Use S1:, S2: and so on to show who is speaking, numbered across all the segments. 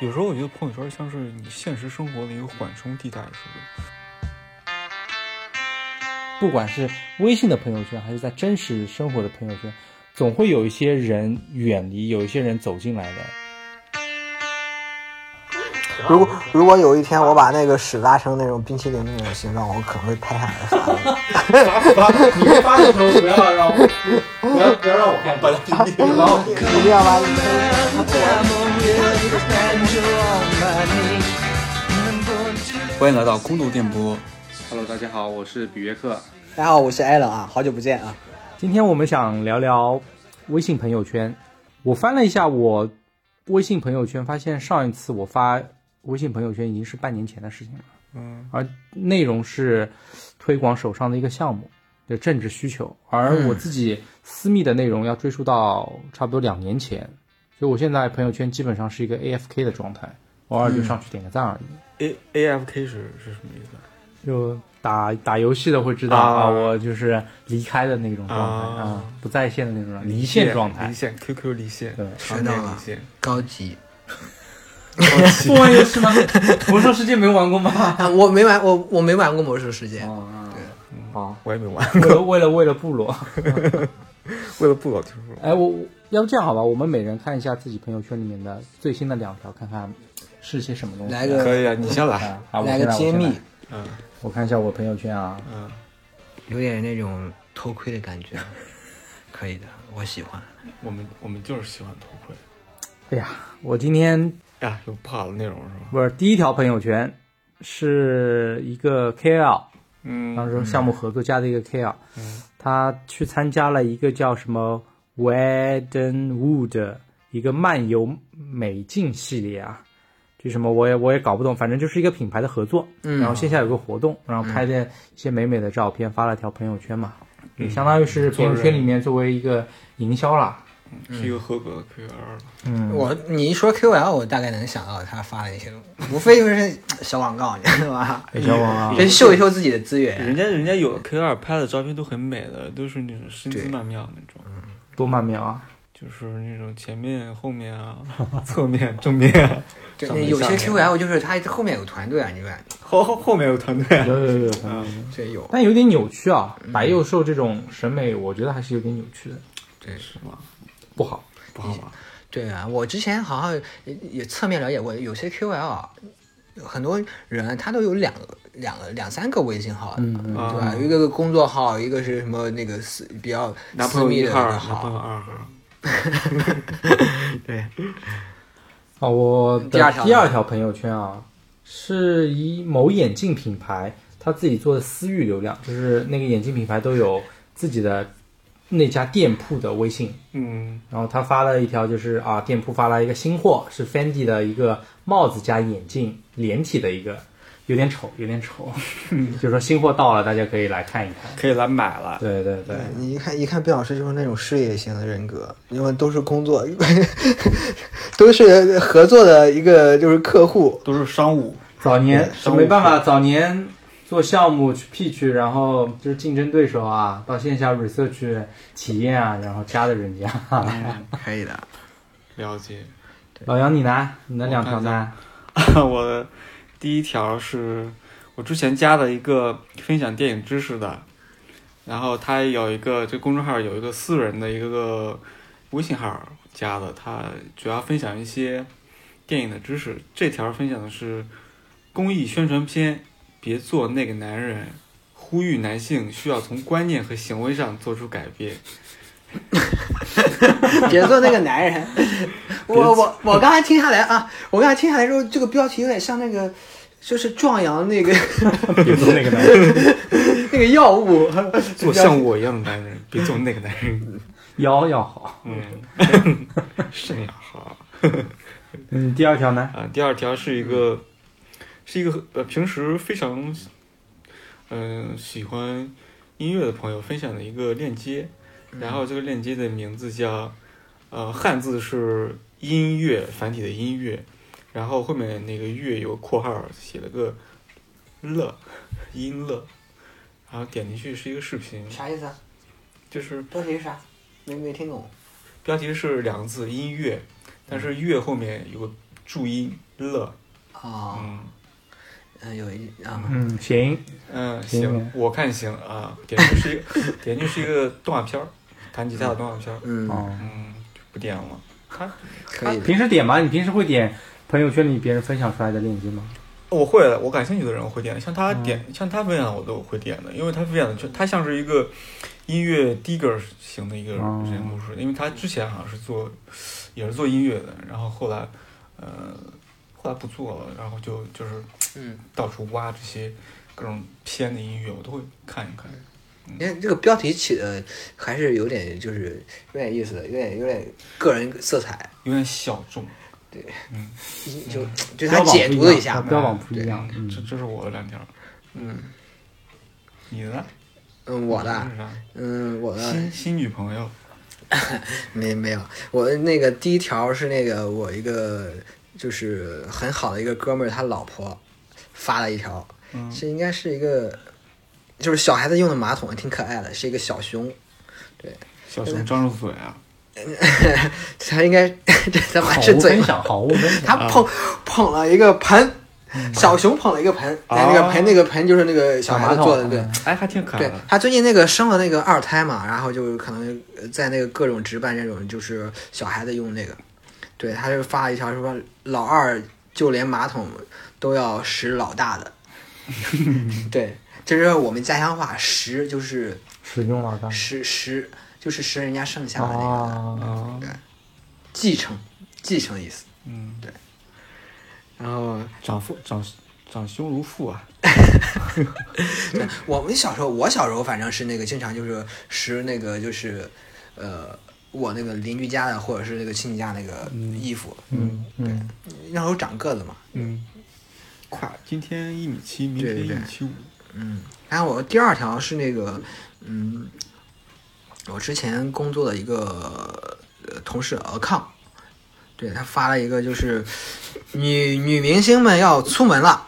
S1: 有时候我觉得朋友圈像是你现实生活的一个缓冲地带似的。
S2: 不管是微信的朋友圈，还是在真实生活的朋友圈，总会有一些人远离，有一些人走进来的。
S3: 如果如果有一天我把那个屎拉成那种冰淇淋那种形状，我可能会拍下来发的。
S4: 你会发的时候不要让我，不要不要让我看到， 然后
S3: 一定要把你
S1: 欢迎来到公路电波，
S4: Hello，大家好，我是比约克。
S3: 大家好，我是艾伦啊，好久不见啊。
S2: 今天我们想聊聊微信朋友圈。我翻了一下我微信朋友圈，发现上一次我发微信朋友圈已经是半年前的事情了。嗯，而内容是推广手上的一个项目的政治需求，而我自己私密的内容要追溯到差不多两年前，所以我现在朋友圈基本上是一个 AFK 的状态，偶尔就上去点个赞而已。
S1: A A F K 是是什么意思？
S2: 就打打游戏的会知道
S1: 啊
S2: 啊，我就是离开的那种状态
S1: 啊
S2: 啊，不在线的那种状态离线状态
S1: 离。线 QQ 离线
S2: 对，
S1: 常年离线。
S3: 高级，
S2: 不玩游戏 吗？魔兽世界没玩过 吗？
S5: 啊，我没玩，我我没玩过魔兽世界。
S3: 哦
S1: 啊，我也没玩，
S2: 为了为了为了部落，
S1: 为了不搞听说。
S2: 哎，我我要不这样好吧？我们每人看一下自己朋友圈里面的最新的两条，看看是些什么东西。
S5: 来
S2: 啊
S5: 个
S1: 可以啊，你先来。
S2: 啊，我
S5: 来个
S2: 先我
S5: 揭
S2: 先
S5: 秘
S2: 来
S1: 嗯
S2: 我看一下我朋友圈啊，
S1: 嗯，
S5: 有点那种偷窥的感觉， 可以的，我喜欢。
S1: 我们我们就是喜欢头盔。
S2: 哎呀，我今天
S1: 呀，有不好的内容是吧？
S2: 不是第一条朋友圈是一个 KL，当
S1: 嗯
S2: 时项目合作加的一个 KL，、他去参加了一个叫什么 Wedenwood 的一个漫游美境系列啊，这什么我也我也搞不懂，反正就是一个品牌的合作，然后线下有个活动，然后拍的一些美美的照片，发了条朋友圈嘛，也相当于是朋友圈里面作为一个营销啦。
S1: 是一个合格的 QL。
S2: 嗯，
S5: 我你一说 QL，我大概能想到他发的一些，无非就是小广告，你知道吧？
S2: 北小王
S3: 嗯
S2: 啊，
S5: 先秀一秀自己的资源。
S1: 人家人家有 K 二拍的照片都很美的，都是那种身姿
S5: 对
S1: 曼妙那种，
S2: 多曼妙啊，
S1: 就是那种前面、后面啊， 侧面、正面啊。
S5: 对，
S1: 上面
S5: 有些
S1: 下面
S5: QL 就是他后面有团队啊，你们
S1: 后后后面有团队啊。
S2: 有有有有，
S5: 这有
S2: 但有点扭曲啊，白幼瘦这种审美，我觉得还是有点扭曲的，
S5: 对
S1: 是吗？
S2: 不好。
S1: 不好吧？
S5: 对啊，我之前好像也也侧面了解过，有些 QL 很多人他都有两个、两个、两三个微信号，
S2: 嗯嗯
S1: 啊
S5: 对吧？一个个工作号，一个是什么那个私比较
S1: 男朋
S5: 私
S1: 友
S5: 密
S1: 一
S5: 的
S1: 号，
S5: 那个
S1: 男朋友。
S5: 号
S1: 二号。
S2: 啊，我的
S5: 第二条呢
S2: 第二条朋友圈啊，是以某眼镜品牌他自己做的私域流量，就是那个眼镜品牌都有自己的那家店铺的微信，
S1: 嗯
S2: 然后他发了一条，就是啊，店铺发了一个新货，是 Fendi 的一个帽子加眼镜连体的一个，有点丑，有点丑， 就是说新货到了，大家可以来看一看。
S1: 可以来买了。
S2: 对对对，
S3: 你一看一看，卞老师就是那种事业型的人格，因为都是工作， 都是合作的一个就是客户。
S1: 都是商务，
S2: 早年
S1: 商务
S2: 没办法，早年做项目去 pitch，然后就是竞争对手啊，到线下 research 体验啊，然后加的人家。
S5: 可以的，
S1: 嗯了解。
S2: 老杨，你呢？你的两条呢？
S1: 我的第一条是我之前加的一个分享电影知识的，然后他有一个这公众号有一个私人的一个微信号加的，他主要分享一些电影的知识。这条分享的是公益宣传片，别做那个男人，呼吁男性需要从观念和行为上做出改变。
S5: 别做那个男 人。我我我刚才听下来啊，我刚才听下来之后，这个标题有点像那个，就是壮阳那个
S2: 别做那个男人
S5: 那个药物。
S1: 做像我一样的男人，别做那个男人。
S2: 腰要好。
S1: 嗯， 肾要好。
S2: 嗯，第二条呢？
S1: 啊，第二条是一个，是一个呃平时非常，嗯、喜欢音乐的朋友分享的一个链接，
S5: 嗯
S1: 然后这个链接的名字叫，呃，汉字是音乐繁体的音乐，然后后面那个乐有括号写了个乐，音乐，然后点进去是一个视频，
S5: 啥意思啊？
S1: 就是
S5: 标题是啥？没没听懂。
S1: 标题是两个字音乐，但是乐后面有个注音了，
S5: 哦，
S1: 嗯
S5: 嗯，有一啊，
S2: 嗯，行，
S1: 嗯，
S2: 行
S1: 行，我看行啊。 点进是一个点进是一个动画片儿，弹吉他的动画片儿，
S5: 嗯，
S2: 哦，啊
S1: 嗯，就不点了。他
S5: 可以，
S2: 平时点吗？你平时会点朋友圈里别人分享出来的链接 吗？
S1: 我会的，我感兴趣的人我会点的，像
S2: 嗯
S1: 他点、像他分享的我都会点的，因为他分享的就他像是一个音乐 digger 型的一个
S2: 哦
S1: 人物是，因为他之前好像是做也是做音乐的，然后后来呃后来不做了，然后就就是
S5: 嗯，
S1: 到处挖这些各种偏的音乐，我都会看一看。
S5: 因为这个标题起的还是有点就是有点意思的，有点有点个人色彩，
S1: 有点小众，
S5: 就就他解读了一下，
S2: 嗯标榜不一样，
S1: 嗯，这
S2: 嗯，
S1: 这是我的两条，
S5: 嗯
S1: 你呢？
S5: 嗯，我
S1: 你
S5: 的
S1: 是啥？
S5: 嗯我的
S1: 新新女朋友，
S5: 没没有，我那个第一条是那个我一个就是很好的一个哥们儿他老婆发了一条，
S1: 嗯
S5: 是应该是一个就是小孩子用的马桶，挺可爱的，是一个小熊，
S1: 小熊张着嘴啊，
S5: 他应该 这他妈
S2: 好
S5: 是
S2: 物
S5: 嘴
S2: 分享，好物分享，
S5: 他捧捧了一个盆，
S2: 嗯
S5: 小熊捧了一个盆，但那个
S1: 哦
S5: 盆那个盆就是那个小孩子做的，对。
S2: 嗯
S1: 哎，还挺可爱
S5: 对
S1: 的。
S5: 他最近那个生了那个二胎嘛，然后就可能呃在那个各种值办这种就是小孩子用那个，对，他就发了一条说老二就连马桶都要识老大的， 对，这是我们家乡话，识就是
S2: 使用老大
S5: 识识就是识人家剩下的那个的、
S2: 啊，
S1: 啊，
S5: 继承继承意思，
S1: 嗯，
S5: 然后
S1: 长腹长长胸如腹啊，
S5: 我们小时候，我小时候反正是那个经常就是拾那个就是，呃，我那个邻居家的或者是那个亲戚家那个衣服，
S2: 嗯嗯
S5: 那时候长个子嘛，
S1: 嗯，跨今天一米七，明
S5: 对
S1: 天
S5: 对
S1: 一
S5: 对
S1: 米七五，
S5: 嗯，然后我第二条是那个，嗯，我之前工作的一个呃同事尔康，对他发了一个就是女女明星们要出门了，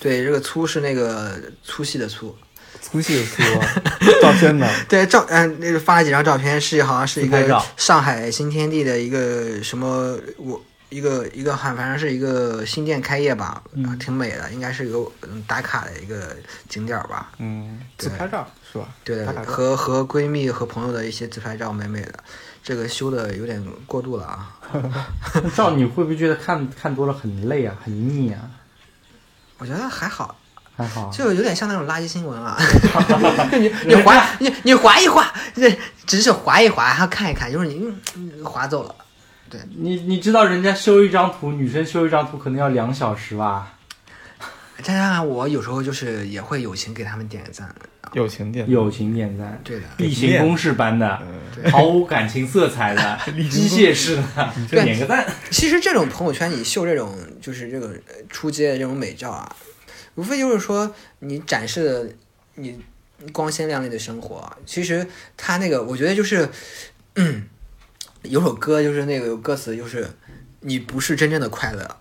S5: 对，这个粗是那个粗细的粗，
S1: 粗细的粗啊， 照片呢？
S5: 对照，嗯、那个发了几张照片，是好像是一
S2: 自拍
S5: 个
S2: 照
S5: 上海新天地的一个什么，我一个一个好像反正是一个新店开业吧，
S2: 嗯
S5: 啊挺美的，应该是一个嗯打卡的一个景点儿吧。
S1: 嗯，自拍照是吧？
S5: 对对
S1: 打
S5: 对，
S1: 卡照
S5: 和和闺蜜和朋友的一些自拍照，美美的。这个修的有点过度了啊，
S2: 那照你会不会觉得看看多了很累啊，很腻啊？
S5: 我觉得还好，
S2: 还好啊，
S5: 就有点像那种垃圾新闻啊。你你划你你划一划，这只是划一划，还要看一看，就是你嗯划走了。
S2: 你你知道人家修一张图，女生修一张图可能要两小时吧？
S5: 加上我有时候就是也会友情给他们点个赞，
S1: 友情店，
S2: 友情点赞，
S5: 对的，
S2: 例行公事般的，
S1: 嗯，
S2: 毫无感情色彩的，机械式的， 就点个赞。
S5: 其实这种朋友圈你秀这种就是这种呃出街的这种美照啊，无非就是说你展示的你光鲜亮丽的生活啊。其实他那个，我觉得就是，嗯，有首歌就是那个有歌词就是你不是真正的快乐，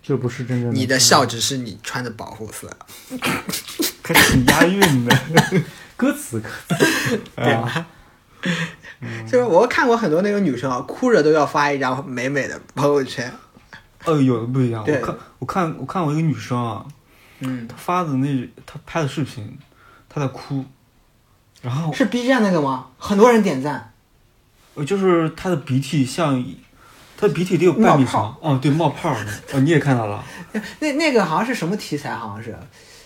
S2: 这不是真正
S5: 你的笑只是你穿的保护色。
S1: 还挺押 韵的。
S2: 歌词，歌词啊，嗯
S5: 就是我看过很多那个女生啊，哭着都要发一张美美的朋友圈。
S1: 呃，有的不一样。
S5: 对
S1: 我看，我看，我看过一个女生啊，
S5: 嗯，
S1: 她发的那，她拍的视频，她在哭，然后
S5: 是 B 站那个吗？很多人点赞。
S1: 呃，就是她的鼻涕像一，她的鼻涕得有半米长。哦，对，冒泡儿的。哦，你也看到 了。
S5: 那那个好像是什么题材？好像是，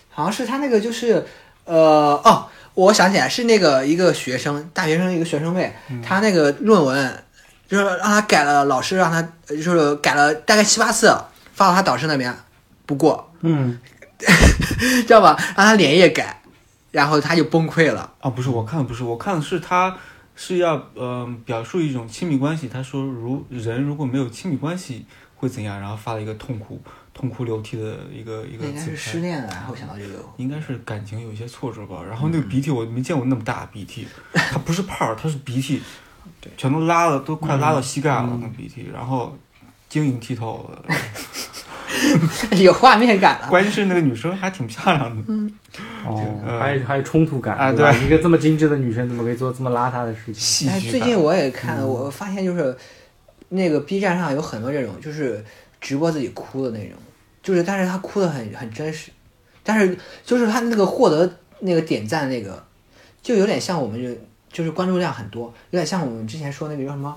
S5: 好像是他那个就是，呃，哦，我想起来是那个一个学生，大学生一个学生妹，
S1: 嗯
S5: 她那个论文就是让她改了，老师让她呃就是改了大概七八次，发到她导师那边不过，
S2: 嗯，
S5: 知道吧？让她连夜改，然后她就崩溃了。
S1: 啊，不是，我看的不是，我看的是她是要嗯、呃表述一种亲密关系。她说如人如果没有亲密关系会怎样，然后发了一个痛哭痛哭流涕的一个一个
S5: 那应该
S1: 自
S5: 是
S1: 拍
S5: 失恋了，然后想到这个。
S1: 应该是感情有一些挫折吧。然后
S5: 嗯
S1: 那个鼻涕我没见过那么大的鼻 涕，它不是泡儿，它是鼻涕，全都拉了，都快拉到膝盖
S5: 嗯
S1: 了、那鼻涕，然后晶莹剔透的。
S5: 有画面感了。
S1: 关键是那个女生还挺漂亮的，
S2: 哦
S1: 嗯，
S2: 还有还有冲突感
S1: 啊
S2: 吧
S1: 对
S2: 一个这么精致的女生，怎么可以做这么邋遢的事情？
S1: 戏
S5: 哎，
S1: 剧
S5: 最
S1: 感
S5: 近。我也看，我发现就是那个 B 站上有很多这种，就是直播自己哭的那种，就是但是他哭的很很真实，但是就是他那个获得那个点赞那个，就有点像我们就就是关注量很多，有点像我们之前说那个叫什么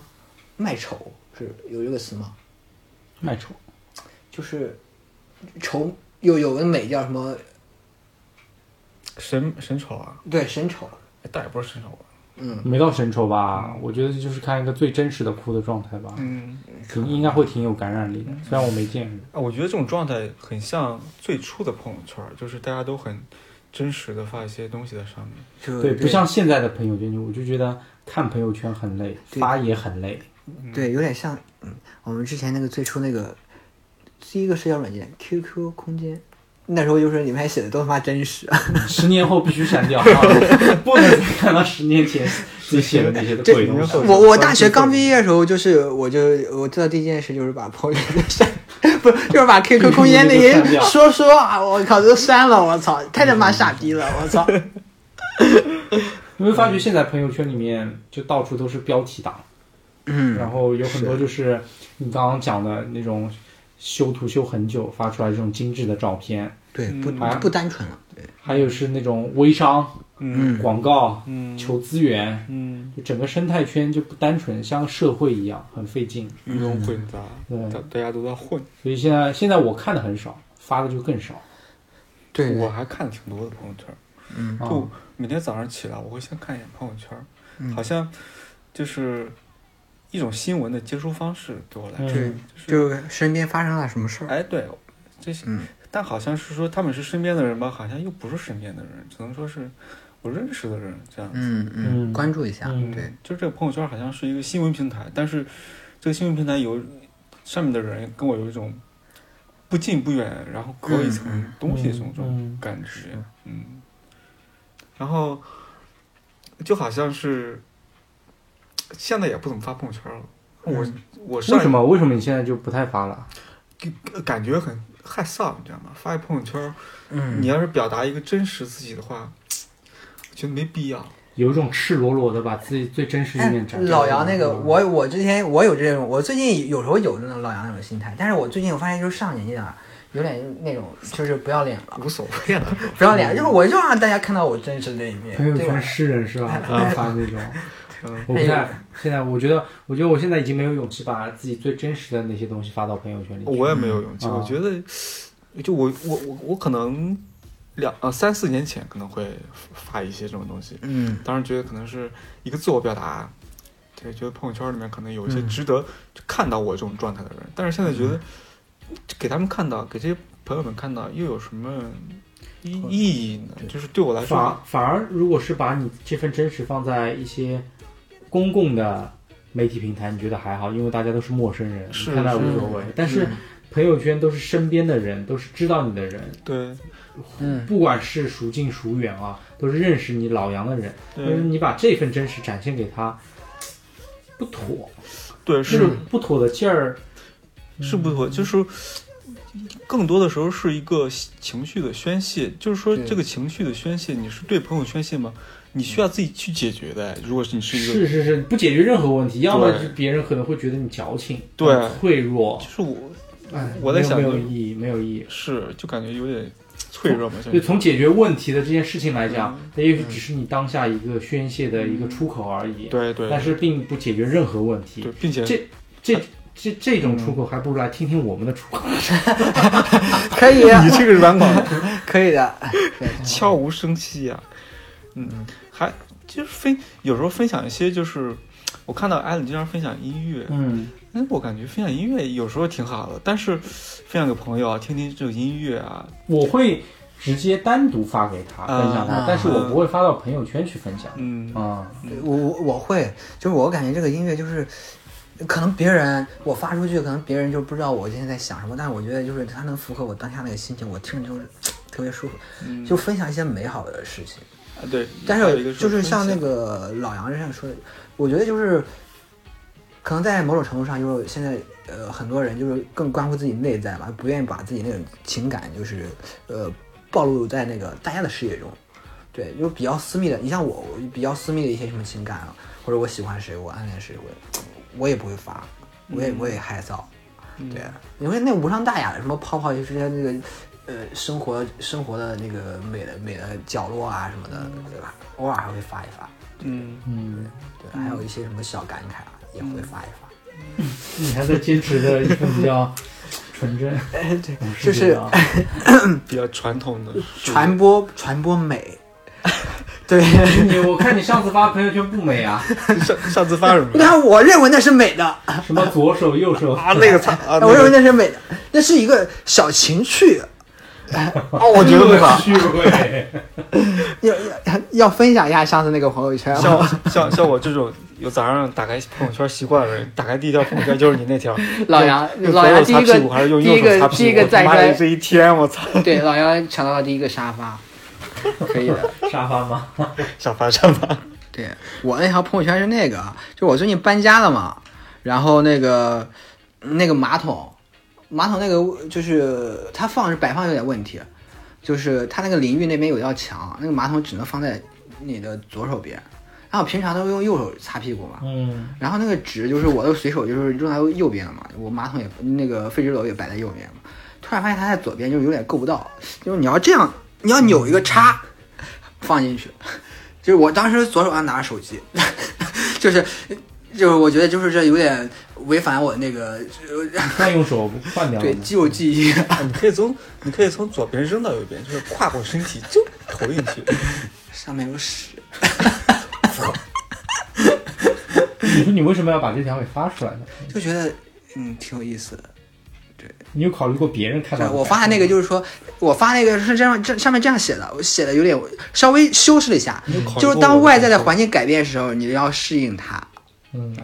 S5: 卖丑是有这个词吗？
S2: 卖丑，
S5: 就是丑有有个美叫什么
S1: 神神丑啊，
S5: 对神丑，
S1: 哎倒也不是神丑吧，
S5: 嗯，
S2: 没到神丑吧？我觉得就是看一个最真实的哭的状态吧，
S1: 嗯，
S2: 挺应该会挺有感染力的。虽然我没见过，
S1: 啊，我觉得这种状态很像最初的朋友圈，就是大家都很真实的发一些东西在上面。
S5: 就
S2: 对，不像现在的朋友圈，我就觉得看朋友圈很累，
S5: 对
S2: 发也很累。
S5: 对，有点像嗯，我们之前那个最初那个第一个社交软件 QQ 空间，那时候就是你们还写的都他妈真实，
S2: 十年后必须删掉，啊不能再看到十年前你写的那些鬼东西。
S5: 我我大学刚毕业的时候，就是我就我做的第一件事就是把朋友圈删， 不是就是把 QQ 空间那
S2: 删
S5: 些
S2: 掉
S5: 说说啊，我靠都删了，我操，太他妈傻逼了，我操！
S2: 你会发觉现在朋友圈里面就到处都是标题党，然
S5: 嗯，
S2: 后有很多就是你刚刚讲的那种修图修很久发出来这种精致的照片，
S5: 对，不
S2: 嗯
S5: 不单纯了，对，
S2: 还有是那种微商、
S1: 嗯
S2: 广告、
S1: 嗯
S2: 求资源，
S1: 嗯，
S2: 就整个生态圈就不单纯，像社会一样很费劲。
S1: 鱼龙混杂，
S2: 对，
S1: 大大家都在混。
S2: 所以现在现在我看的很少，发的就更少。
S5: 对
S1: 我还看挺多的朋友圈，
S5: 嗯
S2: 啊
S1: 就每天早上起来，我会先看一眼朋友圈，
S5: 嗯
S1: 好像就是一种新闻的接收方式对
S2: 嗯
S1: 我来说，
S5: 对，
S1: 就是
S5: 嗯就是身边发生了什么事儿，
S1: 哎对，这些，
S5: 嗯
S1: 但好像是说他们是身边的人吧，好像又不是身边的人，只能说是我认识的人这样。
S5: 嗯
S2: 嗯
S5: 嗯，关注一下，
S2: 嗯
S5: 对，
S1: 就这个朋友圈好像是一个新闻平台，但是这个新闻平台有上面的人跟我有一种不近不远，然后隔一层
S5: 嗯嗯
S1: 东西这种这种
S2: 嗯
S1: 感觉，嗯，然后就好像是现在也不怎么发朋友圈了。我我上
S2: 为什么为什么你现在就不太发了？
S1: 感觉很害臊，你知道吗？发一朋友圈，
S5: 嗯
S1: 你要是表达一个真实自己的话，我觉得没必要。
S2: 有一种赤裸裸的把自己最真实一
S5: 哎
S2: 面展示。
S5: 老杨那个，嗯
S2: 嗯
S5: 我我之前我有这种，我最近有时候有那种老杨那种心态，但是我最近我发现就是上年纪了，有点那种就是不要脸了，
S1: 无所谓了，
S5: 不要 脸，就是我就让大家看到我真实的一面，
S2: 朋友
S5: 对
S2: 圈
S5: 吧？哎
S2: 诗人是吧？不能发那 种
S1: 嗯。
S2: 我不太现在，我觉得，我觉得我现在已经没有勇气把自己最真实的那些东西发到朋友圈里去。
S1: 我也没有勇气，
S2: 嗯
S1: 我觉得，就我我我我可能两呃三四年前可能会发一些这种东西，
S5: 嗯，
S1: 当时觉得可能是一个自我表达，对，觉得朋友圈里面可能有一些值得就看到我这种状态的人，但是现在觉得给他们看到，给这些朋友们看到，又有什么意意义呢？就是对我来
S2: 反
S1: 说，
S2: 反而，如果是把你这份真实放在一些公共的媒体平台，你觉得还好，因为大家都是陌生人，
S1: 是
S2: 你看到无所谓。但是朋友圈都是身边的人，都是知道你的人，
S1: 对
S5: 嗯
S2: 不管是孰近孰远啊，都是认识你老杨的人。但是
S1: 对
S2: 你把这份真实展现给他，不妥，
S1: 对
S2: 这
S1: 是
S2: 种不妥的劲儿，
S1: 是不妥，就是更多的时候是一个情绪的宣泄，就是说
S5: 对
S1: 这个情绪的宣泄，你是对朋友宣泄吗？你需要自己去解决的。如果是你是一个，
S2: 是是是，不解决任何问题，要么
S1: 对
S2: 就别人可能会觉得你矫情、
S1: 对
S2: 脆弱
S1: 就，是我
S2: 哎，
S1: 我在
S2: 没有
S1: 想
S2: 没有
S1: 就是
S2: 意义，没有意义。
S1: 是就感觉有点脆弱嘛，像
S2: 就从解决问题的这件事情来讲，
S1: 嗯
S2: 它也许只是你当下一个宣泄的一个出口而已，
S1: 对对
S2: 但是并不解决任何问题
S1: 嗯对，。嗯并且
S2: 这这这这种出口，还不如来听听我们的出口。
S5: 嗯可以，
S1: 你这个软 广
S5: 可以的，
S1: 悄无声息呀、嗯，还就是分有时候分享一些就是。我看到艾伦经常分享音乐，
S2: 嗯，
S1: 哎，我感觉分享音乐有时候挺好的，但是分享给朋友啊，听听这种音乐啊，
S2: 我会直接单独发给他
S1: 嗯
S2: 分享他
S5: 嗯，
S2: 但是我不会发到朋友圈去分享。
S1: 嗯，
S5: 哦
S2: 啊，
S5: 我我我会，就是我感觉这个音乐就是。可能别人我发出去，可能别人就不知道我今天在想什么，但是我觉得就是它能符合我当下那个心情，我听着就是特别舒服，
S1: 嗯
S5: 就分享一些美好的事情。
S1: 啊，对，
S5: 但
S1: 还有一个
S5: 是就是
S1: 分
S5: 像那
S1: 享
S5: 个老杨这样说的，我觉得就是可能在某种程度上，就是现在呃很多人就是更关乎自己内在吧，不愿意把自己那种情感就是呃暴露在那个大家的视野中。对，就是比较私密的，你像我，我比较私密的一些什么情感啊，或者我喜欢谁，我暗恋谁，我我也不会发。我
S1: 嗯
S5: 也我也害臊。对，啊因为那无伤大雅的什么泡泡就是些那个呃生活生活的那个美的美的角落啊什么的，对吧？偶尔还会发一发，
S1: 嗯，
S2: 嗯，
S5: 对，还有一些什么小感慨啊也会发一发。
S4: 你还在坚持着一份比较纯 真，对，
S5: 哎就是
S4: 啊，
S1: 比较传统的
S5: 传播传播美， 对，
S2: 你我看你上次发朋友圈不美啊，
S1: 上上次发什么
S5: 那我认为那是美的，
S2: 什么左手右手，
S1: 啊？那个操啊！那
S5: 我认为
S1: 个
S5: 那是美的，那是一个小情趣，
S1: 哦，我觉得不好。
S4: 趣味，
S5: 要要要分享一下上次那个朋友圈。
S1: 像我像像我这种有早上打开朋友圈习惯的人，打开第一条朋友圈就是你那条，
S6: 老杨，
S1: 用
S6: 老
S1: 左
S6: 杨
S1: 手
S6: 第
S1: 擦
S6: 一
S1: 屁股
S6: 个
S1: 还是用
S6: 第
S1: 右
S6: 一个
S1: 手擦屁股？
S6: 第一个
S1: 他
S6: 站
S1: 妈
S6: 出
S1: 的
S6: 来
S1: 这一天，我操！
S6: 对老杨抢到了第一个沙发，可以的。
S4: 沙发吗？
S1: 想发什么？
S5: 对我那条朋友圈是那个，就我最近搬家了嘛，然后那个那个马桶，马桶那个就是它放是摆放有点问题，就是它那个淋浴那边有一道墙，那个马桶只能放在你的左手边，然后平常都用右手擦屁股嘛，
S4: 嗯，
S5: 然后那个纸就是我都随手就是扔到右边了嘛，我马桶也那个废纸篓也摆在右边嘛，突然发现它在左边，就是有点够不到，就是你要这样，你要扭一个叉放进去，就是我当时左手还拿着手机， 就是就是我觉得就是这有点违反我那个呃
S2: 那用手换掉了
S5: 对
S2: 吗
S5: 肌肉记忆，
S1: 啊你可以从你可以从左边扔到右边，就是跨过身体就投进去。
S5: 上面有屎，
S2: 你说你为什么要把这条给发出来呢？
S5: 就觉得嗯挺有意思的。
S2: 你有考虑过别人看
S5: 对
S2: 到？
S5: 我发那个，就是说，我发那个是这样，这上面这样写的，我写的有点稍微修饰了一下，就是当外在的环境改变的时候，你要适应它。
S2: 嗯，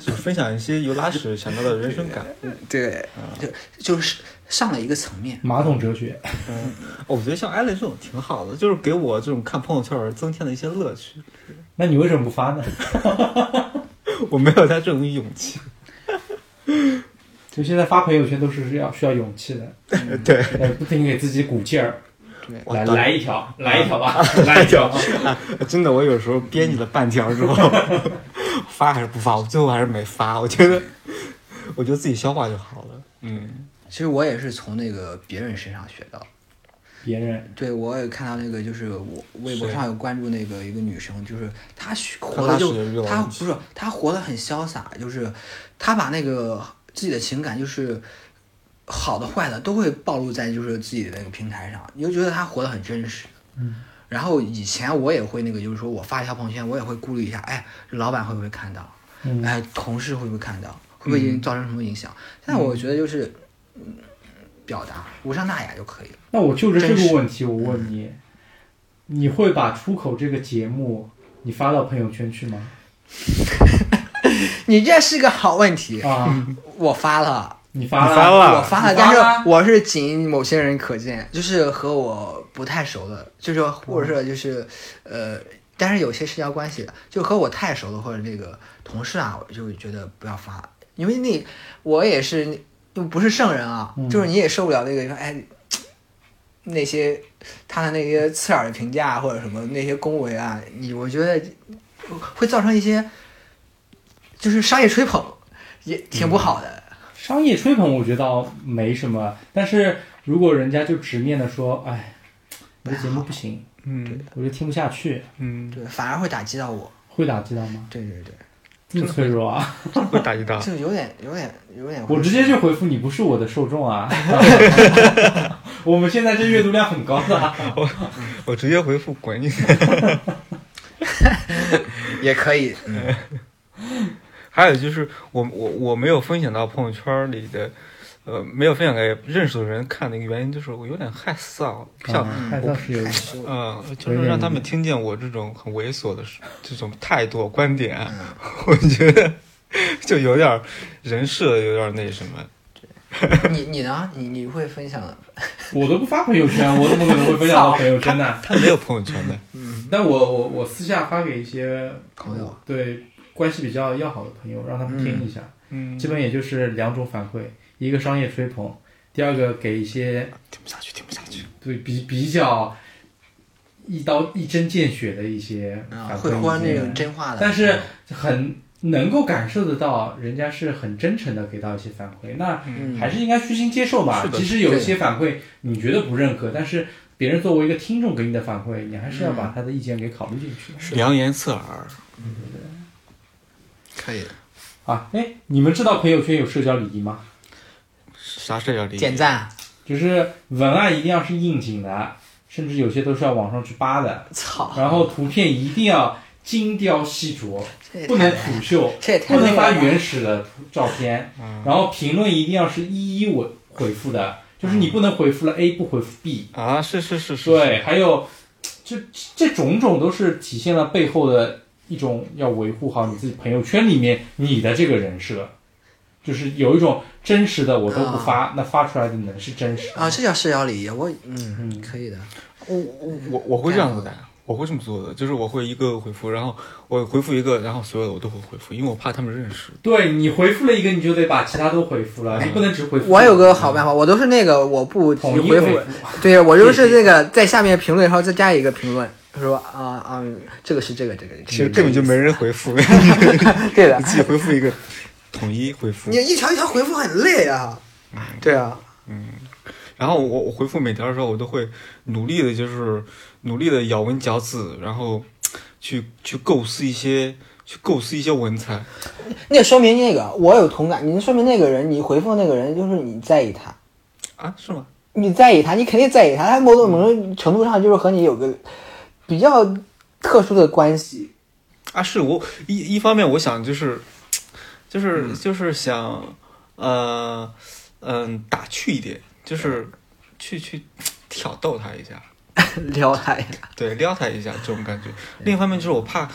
S1: 就分享一些由拉屎想到的人生感。
S5: 对，就就是上了一个层面。
S2: 马桶哲学，
S1: 哦我觉得像艾伦这种挺好的，就是给我这种看朋友圈的人增添了一些乐趣。
S2: 那你为什么不发呢？
S1: 我没有他这种勇气。
S2: 就现在发朋友圈都是要需要勇气的，
S1: 对，
S2: 呃，不停地给自己鼓劲儿，
S1: 我
S2: 来
S1: 当
S2: 来一条，来一条吧，来一条。
S1: 真的，我有时候编辑了半条之后， 发还是不发，我最后还是没发。我觉得，我觉得自己消化就好了。嗯，
S5: 其实我也是从那个别人身上学到的。
S2: 别人
S5: 对，我也看到那个，就是我微博
S1: 是
S5: 上有关注那个一个女生，就是她学
S1: 她
S5: 活的就
S1: 是热
S5: 她
S1: 爱
S5: 不是她活得很潇洒，就是她把那个自己的情感，就是好的坏的都会暴露在就是自己的那个平台上，你就觉得她活得很真实。嗯。然后以前我也会那个，就是说我发一条朋友圈，我也会顾虑一下，哎，老板会不会看到？
S2: 嗯
S5: 哎，同事会不会看到？会不会
S1: 嗯
S5: 影造成什么影响？现在我觉得就是，嗯，表达无伤大雅就可以了。
S2: 那我就着这
S5: 真
S2: 个
S5: 是嗯
S2: 问题，我问你，你会把出口这个节目你发到朋友圈去吗？
S5: 你这是个好问题，
S2: 啊，
S5: 我发了，
S2: 你发了，
S1: 你发了
S5: 我发了，
S2: 你
S5: 但
S2: 发了
S5: 是我是仅某些人可见，就是和我不太熟的，就是或
S2: 嗯
S5: 者是就是呃，但是有些社交关系的，就和我太熟的或者那个同事啊，我就觉得不要发，因为那我也是又不是圣人啊，
S2: 嗯
S5: 就是你也受不了那个哎。那些他的那些刺耳的评价啊或者什么那些恭维啊，你我觉得会造成一些就是商业吹捧，也挺不好的。
S2: 商业吹捧我觉得倒没什么，但是如果人家就直面的说，哎，你这节目不行，
S1: 嗯
S2: 我就听不下去，
S1: 嗯，
S5: 对，反而会打击到我。
S2: 会打击到吗？
S5: 对对对，
S2: 这么脆弱啊！
S1: 会打击到。
S5: 就有点有点有点。
S2: 我直接就回复你不是我的受众 啊！我们现在这阅读量很高的啊，
S1: 我直接回复滚 你。
S5: 也可 以，嗯，
S1: 还有就是我我我没有分享到朋友圈里的，呃，没有分享给认识的人看的一个原因就是我有点害臊，不想，
S2: 还倒是有
S5: 害羞。
S1: 嗯、就是让他们听见我这种很猥琐的这种态度观点， 我觉得就有点人设有点那什么。
S5: 你你呢？你你会分享？
S2: 我都不发朋友圈，我怎么可能会分享到朋友圈呢？
S1: 他没有朋友圈的，
S2: 但我我我私下发给一些
S5: 嗯朋友
S2: 对关系比较要好的朋友，让他们听一下。
S1: 嗯
S2: 基本也就是两种反馈，一个商业吹捧，第二个给一些
S1: 听不下去，听不下去。
S2: 对比比较一刀一针见血的一些
S5: 啊，
S2: 反馈
S5: 会说
S2: 意见
S5: 那种真话的。嗯
S2: 但是很能够感受得到人家是很真诚的给到一些反馈，那
S5: 嗯，
S2: 还是应该虚心接受吧。
S1: 是的
S2: 即使有一些反馈你觉得不认可，但是别人作为一个听众给你的反馈，你还是要把他的意见给考虑进去。
S1: 良言刺耳，
S5: 可以的，
S2: 啊，哎，你们知道朋友圈有社交礼仪吗？
S1: 啥社交礼仪？
S5: 点赞，
S2: 就是文案一定要是应景的，甚至有些都是要往上去扒的，
S5: 操，
S2: 然后图片一定要精雕细琢，
S5: 这也
S2: 不
S5: 太
S2: 能
S5: 难
S2: 土秀，
S5: 这呃也太嗯
S2: 不能发
S5: 难了
S2: 原始的照片，然后评论一定要是一一回回复的，就是你不能回复了 A 不回复 B，
S1: 啊，是是是是，
S2: 对，还有这这种种都是体现了背后的一种要维护好你自己朋友圈里面你的这个人设，就是有一种真实的我都不发，那发出来的能是真实的
S5: 啊啊，这叫社交礼仪，我嗯
S2: 嗯
S5: 可以的，
S1: 我我我我会这样子的，我会这么做的，就是我会一个个回复，然后我回复一个，然后所有的我都会回复，因为我怕他们认识。
S2: 对你回复了一个，你就得把其他都回复了，你不能只回复。
S5: 哎我有个好办法，我都是那个我不
S2: 统一
S5: 回复，对我就是那个在下面评论，然后再加一个评论，说啊啊，这个是这个这个，
S1: 其实根本就没人回复，你
S5: 对的，
S1: 自己回复一个，统一回复
S5: 你。一条一条回复很累啊，
S2: 嗯
S5: 对啊，
S1: 然后我我回复每条的时候，我都会努力的，就是努力的咬文嚼字，然后去去构思一些去构思一些文采。
S5: 那说明那个我有同感，你说明那个人你回复那个人就是你在意他，
S1: 啊，是吗？
S5: 你在意他，你肯定在意他，他某种某种程度上就是和你有个比较特殊的关 系，
S1: 啊，是我一一方面，我想就是，就是就是想，呃，嗯、打趣一点，就是去去挑逗他一下，
S5: 撩他呀，
S1: 对，撩他一下这种感觉。另一方面就是我怕，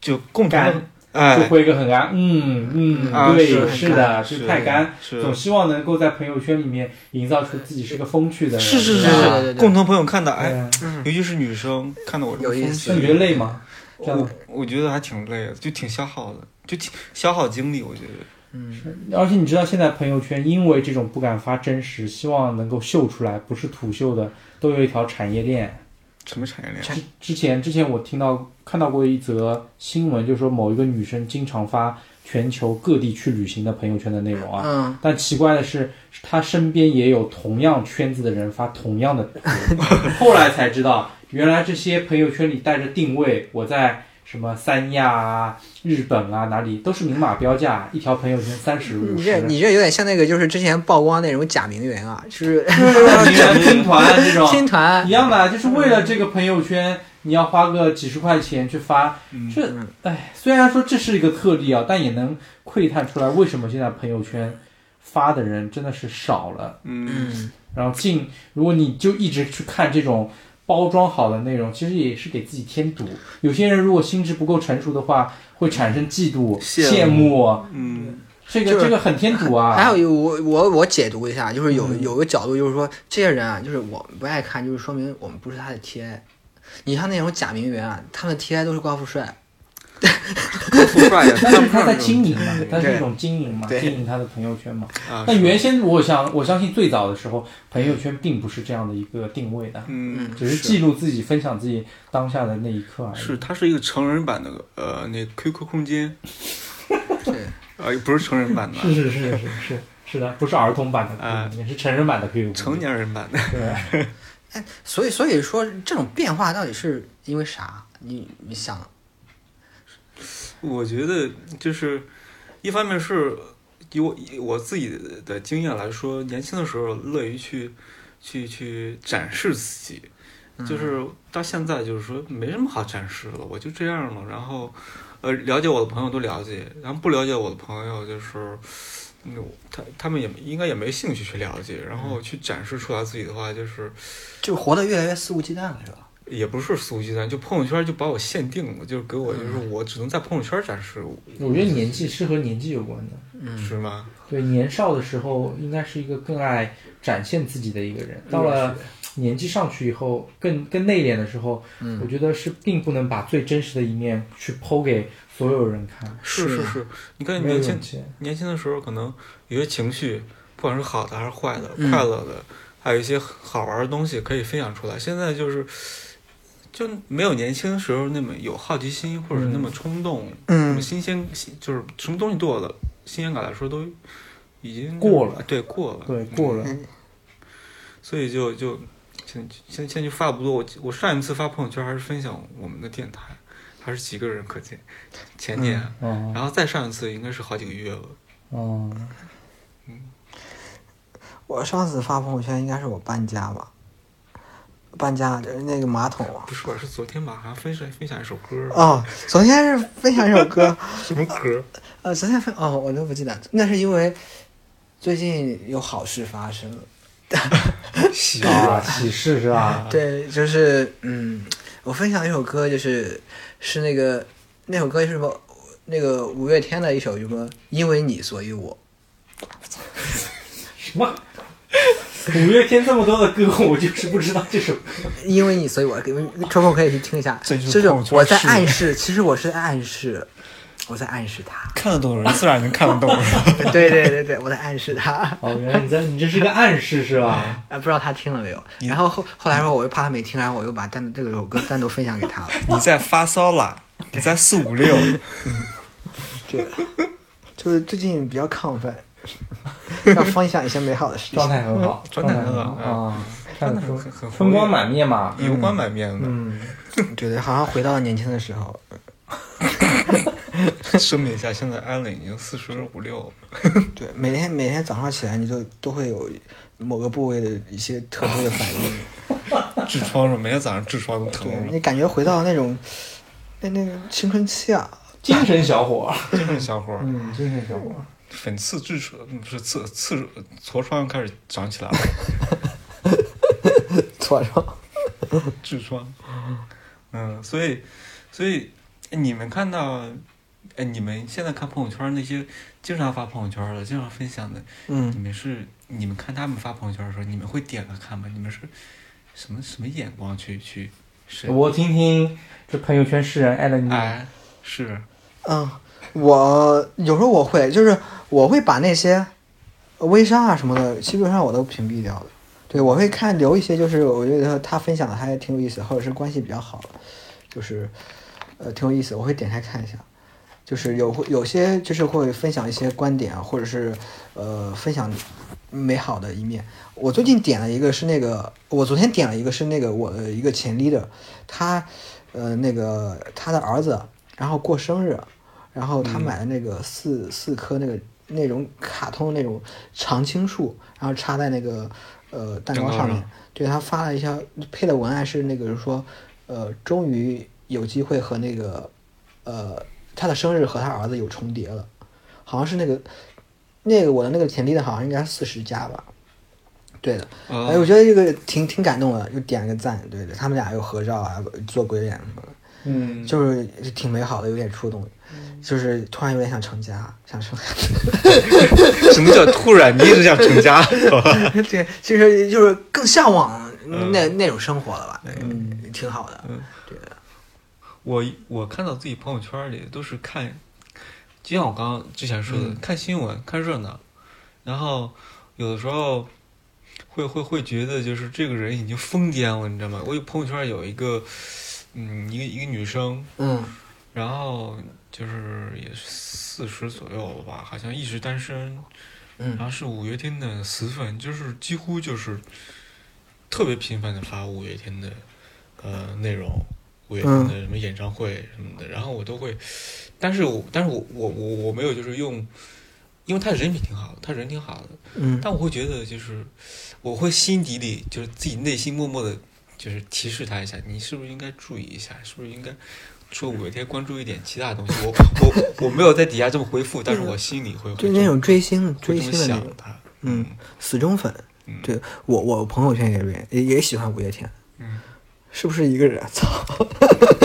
S1: 就共同的
S2: 干，就
S1: 哎，
S2: 回一个很干，嗯
S1: 啊
S2: 嗯，对，
S1: 是
S2: 是的，
S1: 是
S2: 就太干，
S1: 是
S2: 总希望能够在朋友圈里面营造出自己是个风趣的人。
S1: 是是是
S5: 对
S2: 吧
S5: 对对
S1: 是，共同朋友看到，哎，
S2: 嗯
S1: 尤其是女生看到我这
S5: 有
S1: 么
S5: 意
S1: 风
S5: 思
S2: 那你觉得
S1: 趣，
S2: 累吗？这样
S1: 我我觉得还挺累的，就挺消耗的，就挺消耗精力，我觉得。
S2: 而且你知道，现在朋友圈因为这种不敢发真实，希望能够秀出来，不是土秀的，都有一条产业链。
S1: 什么产业链？
S2: 之之前之前我听到看到过一则新闻，就说某一个女生经常发全球各地去旅行的朋友圈的内容啊，
S5: 嗯，
S2: 但奇怪的是，他身边也有同样圈子的人发同样的图。后来才知道，原来这些朋友圈里带着定位，我在什么三亚啊、日本啊哪里都是明码标价，一条朋友圈三十五
S5: 你这
S2: 十。
S5: 你这有点像那个就是之前曝光那种假名媛啊，就是
S2: 名人拼团这种
S5: 新团
S2: 一，样的，啊就是为了这个朋友圈，你要花个几十块钱去发，
S5: 嗯
S2: 这哎，虽然说这是一个特例啊，但也能窥探出来为什么现在朋友圈发的人真的是少了。
S1: 嗯，
S5: 嗯，
S2: 然后进，如果你就一直去看这种包装好的内容，其实也是给自己添堵。有些人如果心智不够成熟的话，会产生嫉妒、
S1: 羡
S2: 羡慕，
S1: 嗯，
S2: 这个
S5: 就是
S2: 这个很添堵啊。
S5: 还有一我我我解读一下，就是有
S2: 嗯
S5: 有个角度，就是说这些人啊，就是我们不爱看，就是说明我们不是他的 TA。你像那种假名媛啊，他们 TA 都是高富帅，
S1: 酷帅呀，看
S2: 但是
S1: 不上
S2: 他在
S1: 这种
S2: 经营嘛，他是
S5: 对
S2: 一种经营嘛，
S5: 对
S2: 经营他的朋友圈嘛。
S1: 啊。
S2: 但
S1: 是
S2: 原先我想我相信最早的时候，朋友圈并不是这样的一个定位的，
S1: 嗯，
S2: 只是记录自己、分享自己当下的那一刻而已。
S1: 是，它是一个成人版的呃，那 QQ 空间，
S5: 对，
S1: 呃，不是成人版的，
S2: 是是是是是是的，不是儿童版的
S1: 哎，
S2: 也是成人版的 QQ 空间。
S1: 成年人版的。
S2: 对。
S5: 所以所以说这种变化到底是因为啥？你你想，
S1: 我觉得就是一方面是以我以我自己的经验来说，年轻的时候乐于去去去展示自己，
S2: 嗯
S1: 就是到现在就是说没什么好展示了，我就这样了。然后呃，了解我的朋友都了解，然后不了解我的朋友就是。嗯，他他们也应该也没兴趣去了解，然后
S2: 嗯
S1: 去展示出来自己的话，就是
S5: 就活得越来越肆无忌惮了，是吧？
S1: 也不是肆无忌惮，就朋友圈就把我限定了，就是给我就是我只能在朋友圈展示，
S2: 嗯我觉得年纪是和年纪有关的。
S5: 嗯
S1: 是吗？
S2: 对，年少的时候应该是一个更爱展现自己的一个
S1: 嗯
S2: 人，到了年纪上去以后，更更内敛的时候，
S5: 嗯
S1: 嗯
S2: 我觉得是并不能把最真实的一面去剖给所有人看，
S1: 是
S5: 是
S1: 是是，你看
S2: 没有
S1: 年
S2: 勇
S1: 轻
S2: 气。
S1: 年轻的时候，可能有些情绪，不管是好的还是坏的，
S5: 嗯
S1: 快乐的，还有一些好玩的东西可以分享出来。现在就是就没有年轻时候那么有好奇心，或者是那么冲动，什么
S5: 嗯，
S1: 新鲜，新就是什么东西对我的新鲜感来说都已经
S2: 过了，
S1: 对，过了，嗯
S2: 对，过了，
S5: 嗯
S1: 所以就就现现现在就发的不多。我我上一次发朋友圈还是分享我们的电台，还是几个人可见，前年，啊
S5: 嗯
S2: 哦
S1: 然后再上一次应该是好几个月了。
S2: 哦，
S5: 我上次发朋友圈应该是我搬家吧，搬家就是那个马桶啊
S1: 不是吧？是昨天吧？好像分享分享一首歌，
S5: 哦，昨天是分享一首歌，
S1: 什么歌？
S7: 呃，昨天分哦，我都不记得，那是因为最近有好事发生了。
S1: 喜
S2: 啊，喜事是
S8: 啊
S2: 吧？
S7: 对，就是嗯，我分享一首歌，就是是那个那首歌是什么？那个五月天的一首什么？因为你，所以我。
S2: 什么？五月天这么多的歌，我就是不知道这首歌。
S7: 因为你，所以我给抽空可以去听一下。
S8: 这就是
S7: 就是
S8: 朋友圈
S7: 我在
S8: 是
S7: 暗示，其实我是在暗示，我在暗示他。
S8: 看得懂人自然能看得懂人。
S7: 对对对对，我在暗示他。啊
S2: 哦，原来你在，你这是个暗示是吧？
S7: 啊，不知道他听了没有？然后后后来说，我又怕他没听，然后我又把单这个首歌单独分享给 他了。
S8: 你在发骚啦？你在四五六？
S5: 就是最近比较亢奋，要分享一些美好的事
S2: 状
S5: 情。
S2: 态很好，
S1: 嗯状态很好
S2: 啊，看得出
S1: 很很
S2: 风光满面嘛。
S1: 油光满面的。
S5: 嗯，
S7: 对对，好像回到了年轻的时候。
S1: 声明一下，现在艾伦已经四十五六，
S5: 对，每天每天早上起来，你就都会有某个部位的一些特殊的反应，
S1: 痔疮是每天早上痔疮都疼
S5: 对
S1: 了。
S5: 你感觉回到那种那那个青春期啊，
S2: 精神小伙儿，
S1: 精神小伙儿，
S2: 嗯，精神小伙儿，
S1: 粉刺痔疮嗯不是刺刺痤疮又开始长起来了，
S5: 痤疮。
S1: 痔疮。 嗯，所以所以哎你们看到，哎，你们现在看朋友圈那些经常发朋友圈的、经常分享的，
S5: 嗯
S1: 你，们是你们看他们发朋友圈的时候，你们会点开看吗？你们是什么什么眼光去去审？
S2: 我听听这朋友圈诗人艾伦，
S1: 哎，是
S5: 嗯，我有时候我会，就是我会把那些微商啊什么的，基本上我都屏蔽掉了。对，我会看留一些，就是我觉得他分享的还挺有意思，或者是关系比较好的，就是呃挺有意思，我会点开看一下。就是有会有些就是会分享一些观点啊，或者是呃分享美好的一面。我最近点了一个是那个，我昨天点了一个是那个我的一个前 leader，他呃那个他的儿子，然后过生日，然后他买了那个四、四棵那个那种卡通那种常青树，然后插在那个呃蛋糕
S1: 蛋糕
S5: 上面
S1: 上。
S5: 对他发了一下配的文案是那个说，呃，终于有机会和那个呃他的生日和他儿子有重叠了，好像是那个那个我的那个田地的好像应该是四十加吧。对的，
S1: 呃
S5: 哎，我觉得这个挺挺感动的，又点了个赞，对对，他们俩又合照啊，做鬼脸什么的，
S2: 嗯，
S5: 就是挺美好的，有点触动，就是突然有点想成家， 想生孩子。
S1: 呃什么叫突然？你一直想成家？
S7: 对，其实就是更向往那、那种生活了吧？嗯，挺好的。
S1: 我我看到自己朋友圈里都是看，就像我刚刚之前说的，看新闻、看热闹，然后有的时候会会会觉得就是这个人已经疯癫了，你知道吗？我有朋友圈有一个，嗯，一个一个女生，
S7: 嗯
S1: 然后就是也是四十左右了吧，好像一直单身，然
S7: 嗯
S1: 后是五月天的死粉，就是几乎就是特别频繁的发五月天的呃内容，五月天的什么演唱会什么的，然后我都会，但是我但是我我我我没有就是用，因为他人品挺好的，他人挺好的，
S5: 嗯
S1: 但我会觉得就是我会心底里就是自己内心默默的，就是提示他一下，你是不是应该注意一下，是不是应该。说五月天关注一点其他东西，我我我没有在底下这么回复，但是我心里会会
S7: 就
S1: 这
S7: 那
S1: 么
S7: 种追星
S1: 会
S7: 追
S1: 这么
S7: 星的那
S1: 想
S7: 种
S1: 他。
S7: 嗯死忠粉。对我我朋友圈也也也也喜欢五月天，
S1: 嗯，
S5: 是不是一个人？啊 操！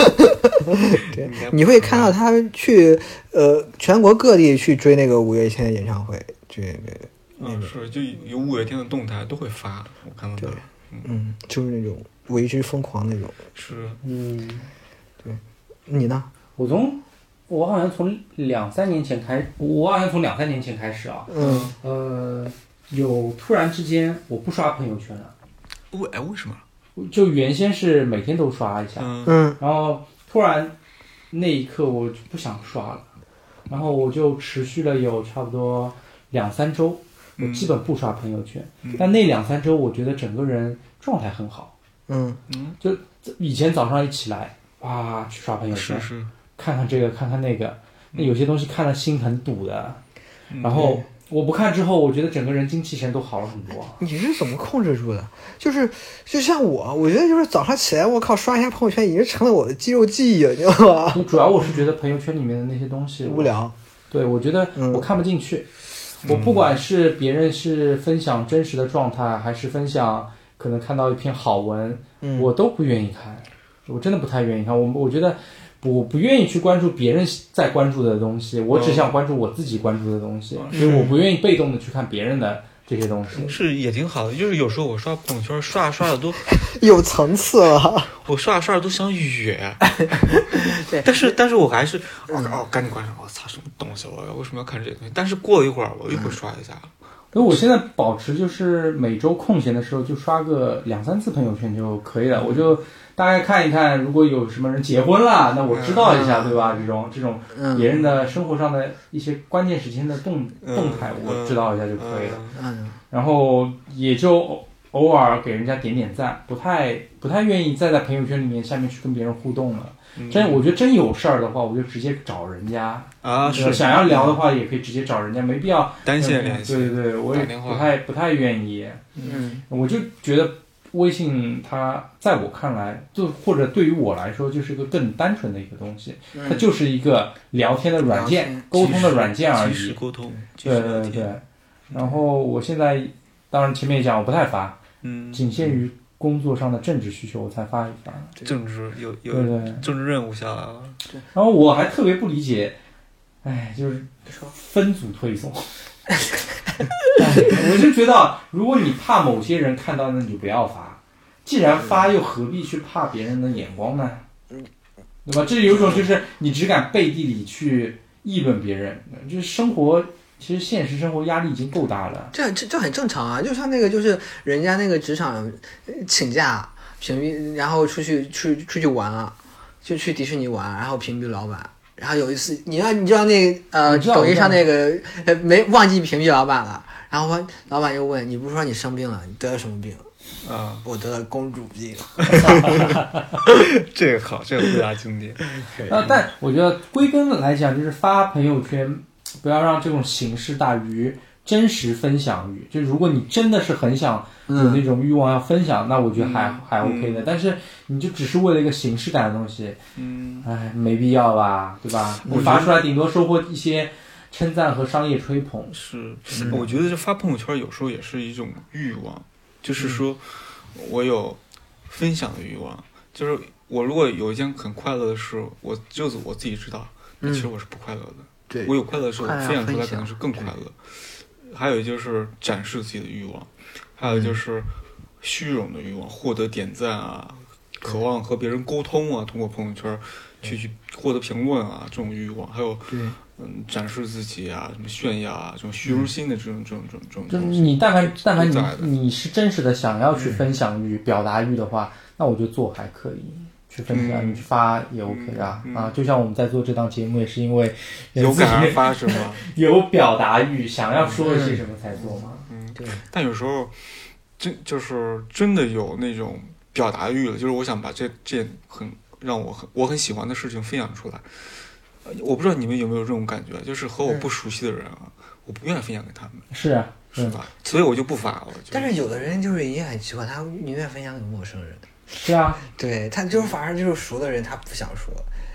S1: 应
S5: 对
S1: 该，不
S5: 你
S1: 是
S5: 会
S1: 吧
S5: 看到他去呃全国各地去追那个五月天的演唱会，追对对，
S1: 嗯，是就有五月天的动态都会发，我看得到
S5: 对。嗯，就是那种为之疯狂那种。
S1: 是，
S2: 嗯，
S5: 你呢？
S2: 我从我好像从两三年前开，我好像从两三年前开始啊，
S5: 嗯，
S2: 呃，有突然之间我不刷朋友圈了，
S1: 为哎为什么？
S2: 就原先是每天都刷一下，
S1: 嗯
S3: 嗯
S2: 然后突然那一刻我就不想刷了，然后我就持续了有差不多两三周，我基本不刷朋友圈。但那两三周，我觉得整个人状态很好。
S3: 嗯
S2: 以前早上一起来，哇，去刷朋友圈
S1: 是，是，
S2: 看看这个，看看那个，那有些东西看了心很堵的。然后我不看之后，我觉得整个人精气神都好了很多。
S3: 你是怎么控制住的？就是就像我，我觉得就是早上起来，我靠，刷一下朋友圈已经成了我的肌肉记忆，你知道 吗？
S2: 就主要我是觉得朋友圈里面的那些东西
S3: 无聊，
S2: 对，我觉得
S3: 嗯
S2: 我看不进去。我不管是别人是分享真实的状态，还是分享可能看到一篇好文，
S3: 嗯
S2: 我都不愿意看。我真的不太愿意看。我我觉得我不愿意去关注别人在关注的东西，我
S3: 嗯
S2: 只想关注我自己关注的东西，所以我不愿意被动的去看别人的这些东
S3: 嗯
S2: 西。
S1: 是也挺好的。就是有时候我刷朋友圈，刷着刷着都，
S3: 有层次了。
S1: 我刷着刷着都想哕。但是但是我还是，哦，哦赶紧关上！我操，什么东西？啊我为什么要看这些东西？但是过了一会儿，我又会刷一下。
S2: 所以我现在保持就是每周空闲的时候就刷个两三次朋友圈就可以了，我就大概看一看，如果有什么人结婚了，那我知道一
S3: 嗯
S2: 下，对吧？这种这种别
S5: 嗯
S2: 人的生活上的一些关键时间的动
S1: 嗯
S2: 动态，我知道一下就可以
S1: 呃
S2: 了。
S5: 嗯，
S2: 然后也就偶偶尔给人家点点赞，不太不太愿意再在朋友圈里面下面去跟别人互动了。
S1: 嗯
S2: 真我觉得嗯真有事儿的话，我就直接找人家
S1: 啊，
S2: 对吧
S1: 是
S2: 想要聊的话也可以直接找人家，没必要嗯
S1: 单线联
S2: 对
S1: 系。
S2: 对对，我也
S1: 打电话
S2: 不太不太愿意。
S5: 嗯，
S2: 我就觉得微信它在我看来，就或者对于我来说，就是一个更单纯的一个东西，
S5: 嗯
S2: 它就是一个聊天的软
S5: 聊天
S2: 件、沟通的软件而
S1: 及时
S2: 已。
S1: 沟通，及
S2: 对
S1: 时
S2: 对
S1: 聊
S2: 对
S1: 天。
S2: 对。然后我现在，当然前面也讲我不太发，
S1: 嗯，
S2: 仅限于工作上的政治需求我才发一发。
S1: 政治有
S2: 对
S1: 有
S2: 对。
S1: 政治任务下来了。
S2: 然后我还特别不理解，哎，就是分组推送。 哎我就觉得，如果你怕某些人看到，那你就不要发。既然发，又何必去怕别人的眼光呢？对吧？这有一种就是你只敢背地里去议论别人，就是生活，其实现实生活压力已经够大了。
S5: 这很这这很正常啊，就像那个就是人家那个职场呃请假屏蔽，然后出去出出去玩啊，就去迪士尼玩，然后屏蔽老板。然后有一次，你让你知道那个呃
S2: 我知道
S5: 抖音上
S2: 我知
S5: 那个呃没忘记屏蔽老板了，然后我老板又问你不是说你生病了，你得了什么病？
S1: 啊，
S5: 我得了公主病。
S1: 这个好，这个回答经典。
S2: 啊，但我觉得归根来讲，就是发朋友圈，不要让这种形式大于真实分享欲。就如果你真的是很想有那种欲望要分享，那我觉得还、
S1: 嗯
S2: 还 OK 的。但是你就只是为了一个形式感的东西，
S1: 嗯，
S2: 哎，没必要吧，对吧？你发出来顶多收获一些称赞和商业吹捧。
S1: 是，
S5: 嗯
S1: 我觉得这发朋友圈有时候也是一种欲望，就是
S5: 嗯
S1: 说我有分享的欲望，就是我如果有一件很快乐的事，我就我自己知道，但其实我是不快乐的。
S5: 嗯对
S1: 我有快乐的时候，我
S5: 快乐
S1: 分享出来
S5: 分
S1: 可
S5: 享
S1: 能是更快乐。还有就是展示自己的欲望，还有
S5: 嗯
S1: 就是虚荣的欲望，获得点赞啊，渴望和别人沟通啊，通过朋友圈去去获得评论啊，这种欲望，还有
S5: 对
S1: 嗯展示自己啊，什么炫耀啊，这种
S5: 嗯
S1: 虚荣心的这种、这种这种这种
S2: 就是
S1: 东西。
S2: 你但凡但凡
S1: 都在的
S2: 你你是真实的想要去分享欲、表达欲的话，那我觉得做还可以。去分享，
S1: 嗯
S2: 你去发也 OK 的啊、
S1: 嗯嗯
S2: 啊！就像我们在做这档节目，也是因为
S1: 有
S2: 自己
S1: 感而发是吗？
S2: 有表达欲，想要说一些什么才做嘛。
S1: 嗯
S5: 对，
S1: 但有时候真就是真的有那种表达欲了，就是我想把这这很让我很我很喜欢的事情分享出来。呃我不知道你们有没有这种感觉，就是和
S5: 嗯
S1: 我不熟悉的人啊，我不愿意分享给他们，
S2: 是啊，
S1: 是吧？所以我就不发了。就是
S5: 嗯但是有的人就是也很奇怪，他宁愿分享给陌生人，
S2: 是啊，
S5: 对他就是反而就是熟的人他不想说，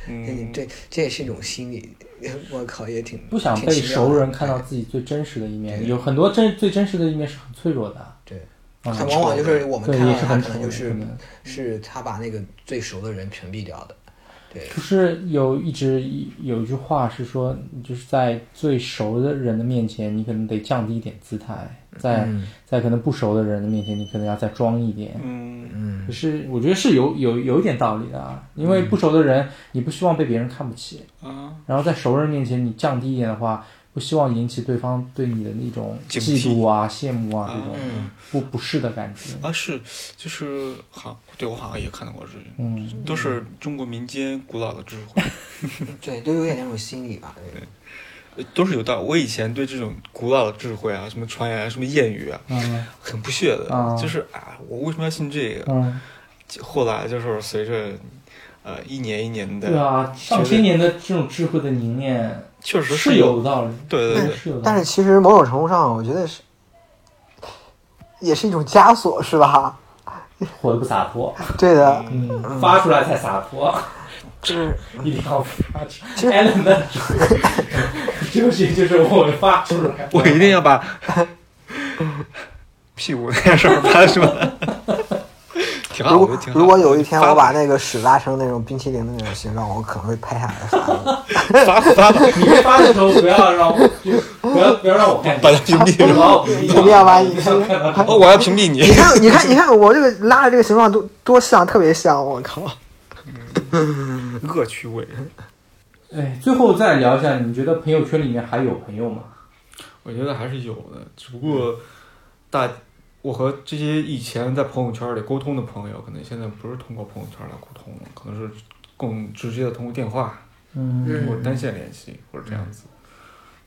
S1: 嗯，
S5: 这这也是一种心理，呃我靠，也挺
S2: 不想
S5: 挺
S2: 被
S5: 奇妙的哎
S2: 熟人看到自己最真实的一面，有很多真最真实的一面是很脆弱的。
S5: 对，
S2: 嗯
S5: 他往往就是我们
S2: 对
S5: 看到
S2: 也是
S5: 他
S2: 很
S5: 可能
S2: 丑
S5: 就
S2: 的
S5: 是
S2: 可能
S5: 是他把那个最熟的人屏蔽掉的，
S2: 就是有一直有一句话是说，就是在最熟的人的面前，你可能得降低一点姿态，在、
S5: 嗯
S2: 在可能不熟的人的面前，你可能要再装一点。
S1: 嗯
S5: 嗯
S2: 可是我觉得是有有有一点道理的啊，因为不熟的人，你不希望被别人看不起，
S1: 啊，
S2: 然后在熟人面前你降低一点的话，不希望引起对方对你的那种
S1: 警
S2: 嫉
S1: 惕
S2: 妒啊、羡慕啊这种
S3: 嗯，
S2: 不不适的感觉。
S1: 啊是就是好，对我好像也看到过这种，
S2: 嗯，
S1: 都是中国民间古老的智慧，
S3: 对，都有点那种心理吧。对
S1: 呃都是有道。我以前对这种古老的智慧啊，什么传言啊、什么谚语啊，
S2: 嗯
S1: 很不屑的，
S2: 啊
S1: 就是啊，我为什么要信这个？
S2: 嗯，
S1: 后来就是随着呃一年一年
S2: 对
S1: 的，
S2: 啊，上千年的这种智慧的凝练
S1: 确实
S2: 是
S1: 有，
S2: 有嗯道理，
S1: 对对对，
S2: 是有道
S5: 但
S2: 理
S5: 是。其实某种程度上，我觉得是，也是一种枷锁，是吧？
S2: 活得不洒脱，
S5: 对的，
S2: 嗯，发出来才洒脱，
S5: 就是
S2: 一定要发出
S5: 其实
S2: a l n 的智慧 哲学就是我发出来，
S1: 我一定要把 屁股那件事儿拍出 来，挺好，
S5: 如
S1: 啊我觉
S5: 果
S1: 得挺好。
S5: 如果有一天
S1: 发
S5: 我把那个屎拉成那种冰淇淋的那种形状，我可能会拍下来
S1: 发
S5: 发的。
S1: 发吧，
S9: 你被发的时候不要让我，就不要不要让我看
S1: 把
S9: 见，
S1: 它屏
S9: 不
S1: 蔽了。
S9: 要我屏
S5: 一
S9: 蔽
S5: 定 要把你。
S1: 哦，我要屏蔽你
S5: 你。看，你看，你看，我这个拉的这个形状多多像，特别像，我靠！
S1: 恶趣味。
S2: 哎，最后再聊一下，你觉得朋友圈里面还有朋友吗？
S1: 我觉得还是有的，只不过大我和这些以前在朋友圈里沟通的朋友，可能现在不是通过朋友圈来沟通了，可能是更直接的通过电话，
S2: 嗯
S1: 通过
S3: 嗯
S1: 单线联系或者这样子。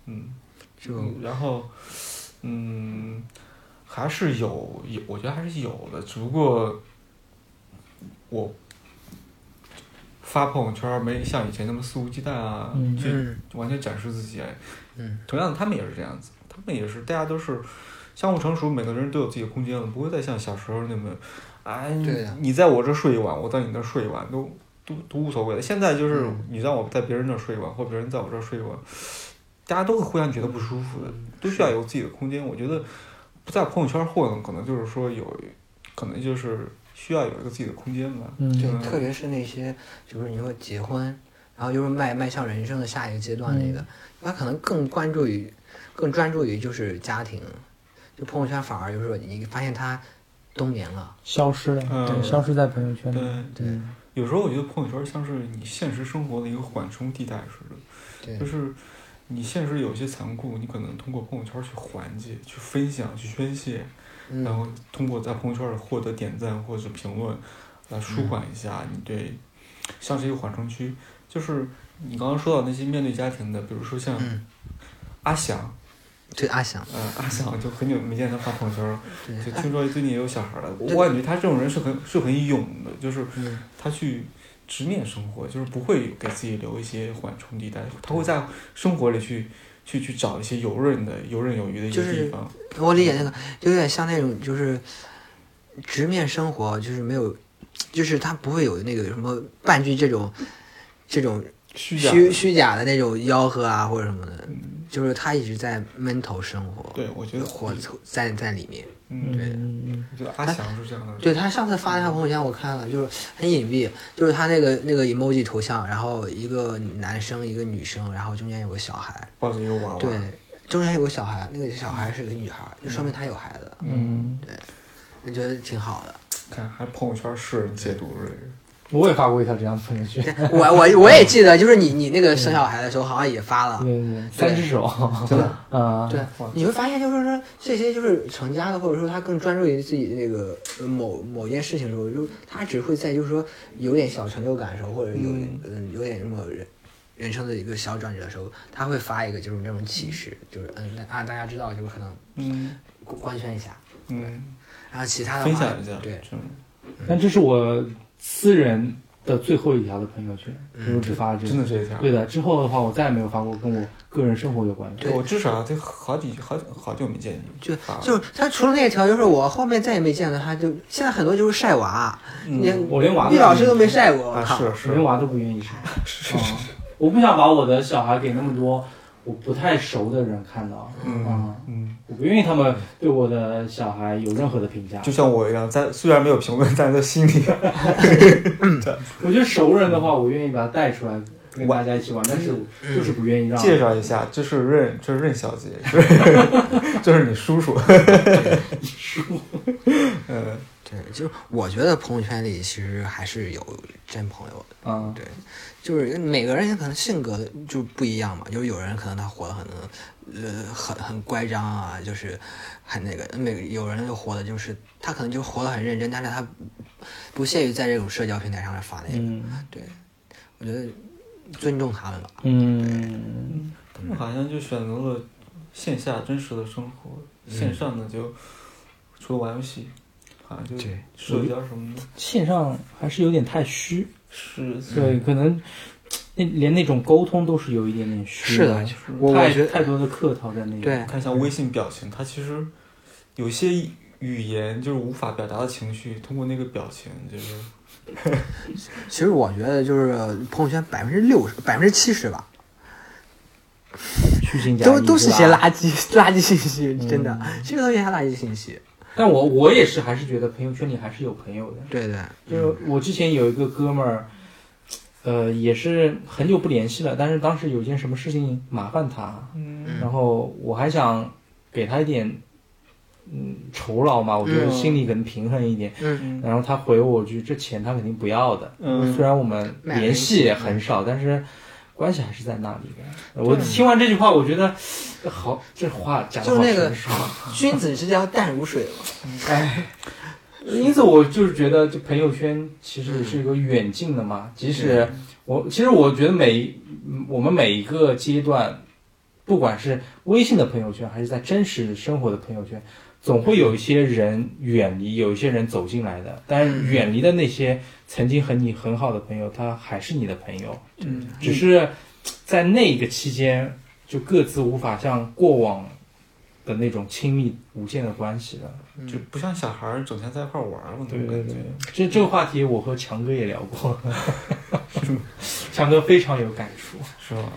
S1: 嗯，
S3: 这个
S1: 然后嗯，还是有有，我觉得还是有的，只不过我。发朋友圈没像以前那么肆无忌惮啊，
S2: 嗯
S1: 去
S3: 嗯
S1: 完全展示自己。
S3: 嗯，
S1: 同样的，他们也是这样子，他们也是，大家都是相互成熟，每个人都有自己的空间了，不会再像小时候那么，哎，
S3: 对呀
S1: 你在我这睡一晚，我在你那睡一晚，都都都无所谓了。现在就是
S3: 嗯
S1: 你让我在别人那睡一晚，或别人在我这睡一晚，大家都会互相觉得不舒服的，
S3: 嗯
S1: 都需要有自己的空间。我觉得不在朋友圈混，可能就是说有，可能就是需要有一个自己的空间吧。
S3: 对
S2: 嗯，，
S1: 嗯
S3: 特别是那些，就是你说结婚，然后就是迈迈向人生的下一个阶段那个，他可能更关注于，更专注于就是家庭，就朋友圈反而就是你发现他冬眠了，
S2: 消失了，
S1: 嗯
S2: 对，消失在朋友圈里。
S1: 对，
S3: 对
S2: 嗯
S1: 有时候我觉得朋友圈像是你现实生活的一个缓冲地带似的。
S3: 对
S1: 就，是你现实有些残酷，你可能通过朋友圈去缓解、去分享、去宣泄，然
S3: 嗯，
S1: 后通过在朋友圈里获得点赞或者是评论，来舒
S3: 嗯
S1: 缓一下你对，像是一个缓冲区。就是你刚刚说到那些面对家庭的，比如说像
S3: 嗯
S1: 阿翔，
S3: 对阿翔，
S1: 呃，阿翔就很久没见他发朋友圈了，
S3: 对，
S1: 就听说最近也有小孩了。我感觉他这种人是很是很勇的，就是
S3: 嗯
S1: 他去直面生活，就是不会给自己留一些缓冲地带，他会在生活里去去去找一些游刃的、游刃有余的一
S3: 就
S1: 些
S3: 是
S1: 地方。
S3: 我理解那个，就有点像那种就是直面生活，就是没有，就是他不会有那个什么半句这种这种
S1: 虚假的
S3: 虚虚假的那种吆喝啊或者什么的，就是他一直在闷头生活，
S1: 对，我觉得
S3: 活在在里面。
S1: 嗯，
S3: 对
S2: 嗯嗯
S1: 我觉得阿翔是这样的人。
S3: 对他上次发那条朋友圈，我看了，就是很隐蔽，就是他那个那个 emoji 头像，然后一个男生一个女生，然后中间有个小孩，
S1: 抱着一个娃娃，
S3: 对，中间有个小孩，那个小孩是个女孩，就说明他有孩子，
S2: 嗯，
S3: 我觉得挺好的。
S1: 看还朋友圈世人解读这个，
S2: 我也发过一条这样的朋友圈。
S3: 我我我也记得，就是你你那个生小孩的时候，好像也发了。
S2: 对对对，三只手，真的 啊，
S3: 啊对，你会发现就是说这些就是成家的，或者说他更专注于自己那个呃某某件事情的时候，就他只会在就是说有点小成就感的时候，或者有
S1: 嗯
S3: 嗯有点什么人人生的一个小转折的时候，他会发一个就是这种启示，就是嗯那啊大家知道就是可能
S1: 嗯
S3: 官官宣一下，
S1: 嗯，
S3: 然后其他的
S1: 分
S3: 话
S1: 享一下，
S3: 对，
S1: 这种
S2: 但这是我私人的最后一条的朋友圈，
S3: 嗯
S2: 我只发了这
S1: 真
S2: 个。
S1: 的是这样。
S2: 对的，之后的话我再也没有发过跟我个人生活有关的。
S3: 对
S1: 我至少得好几好好久没见你
S3: 就
S1: 发了，
S3: 就是他除了那条，就是我后面再也没见到他，就现在很多就是晒娃，你
S2: 我连娃
S3: 毕老师都没晒过，我
S1: 嗯啊
S3: 靠。
S1: 是
S2: 我连
S1: 是，
S2: 娃都不愿意生。啊，我不想把我的小孩给那么多我不太熟的人看到。
S1: 嗯
S2: 啊，
S1: 嗯。
S2: 我不愿意他们对我的小孩有任何的评价。
S1: 就像我一样，在虽然没有评论，但是啊在心里
S2: 我觉得熟人的话，我愿意把他带出来跟大家一起玩，但
S3: 嗯
S2: 是我就是不愿意让。
S1: 介绍一下，这是任，这是任小姐，这是这是你 叔叔， 嗯，
S3: 对，就是我觉得朋友圈里其实还是有真朋友的，
S2: 啊，
S3: 就是每个人可能性格就不一样嘛，就是有人可能他活得很呃很很乖张啊，就是很那个，每个有人就活的就是他可能就活得很认真，但是他不屑于在这种社交平台上发那个，
S2: 嗯
S3: 对我觉得尊重他们吧，
S2: 嗯，
S1: 他们好像就选择了线下真实的生活，线上的就除了玩游戏，好像就
S3: 对
S1: 社交什么的，
S2: 线上还是有点太虚，
S1: 是
S3: 嗯
S1: 嗯
S2: 对，可能那连那种沟通都是有一点点虚。
S3: 是的
S1: 就是
S3: 我我
S2: 太
S3: 觉得
S2: 太多的客套在那里。
S3: 对，
S1: 看一下微信表情，它其实有些语言就是无法表达的情绪，通过那个表情就是
S3: 其实我觉得就是朋友圈百分之六十、百分之七十吧，
S2: 虚情假意
S3: 都都是嗯
S2: 吧
S3: 些垃圾垃圾信息，真的，其实都是些垃圾信息。
S2: 但我我也是，还是觉得朋友圈里还是有朋友的。
S3: 对对，
S2: 就是
S3: 嗯
S2: 我之前有一个哥们儿，呃，也是很久不联系了，但是当时有件什么事情麻烦他，
S1: 嗯
S2: 然后我还想给他一点嗯酬劳嘛，我觉得
S1: 嗯
S2: 心里可能平衡一点。
S1: 嗯
S2: 然后他回我句，这钱他肯定不要的。
S1: 嗯
S2: 虽然我们联系也很少，但是关系还是在那里的。我听完这句话，我觉得呃好，这话讲的
S3: 就
S2: 好
S3: 是那个
S2: 成熟。
S3: 君子之交淡如水嘛。
S2: 因此，我就是觉得，这朋友圈其实也是一个远近的嘛。即使我，其实我觉得每嗯我们每一个阶段，不管是微信的朋友圈，还是在真实生活的朋友圈，总会有一些人远离，有一些人走进来的。但是远离的那些曾经和你很好的朋友，他还是你的朋友，
S1: 嗯，
S2: 只是在那个期间，就各自无法像过往的那种亲密无间的关系了。
S1: 就不像小孩儿整天在一块儿玩儿了那
S2: 对
S1: 种
S2: 对
S1: 感
S2: 对
S1: 觉。，
S2: 这这个话题我和强哥也聊过，强哥非常有感触。
S1: 是吧？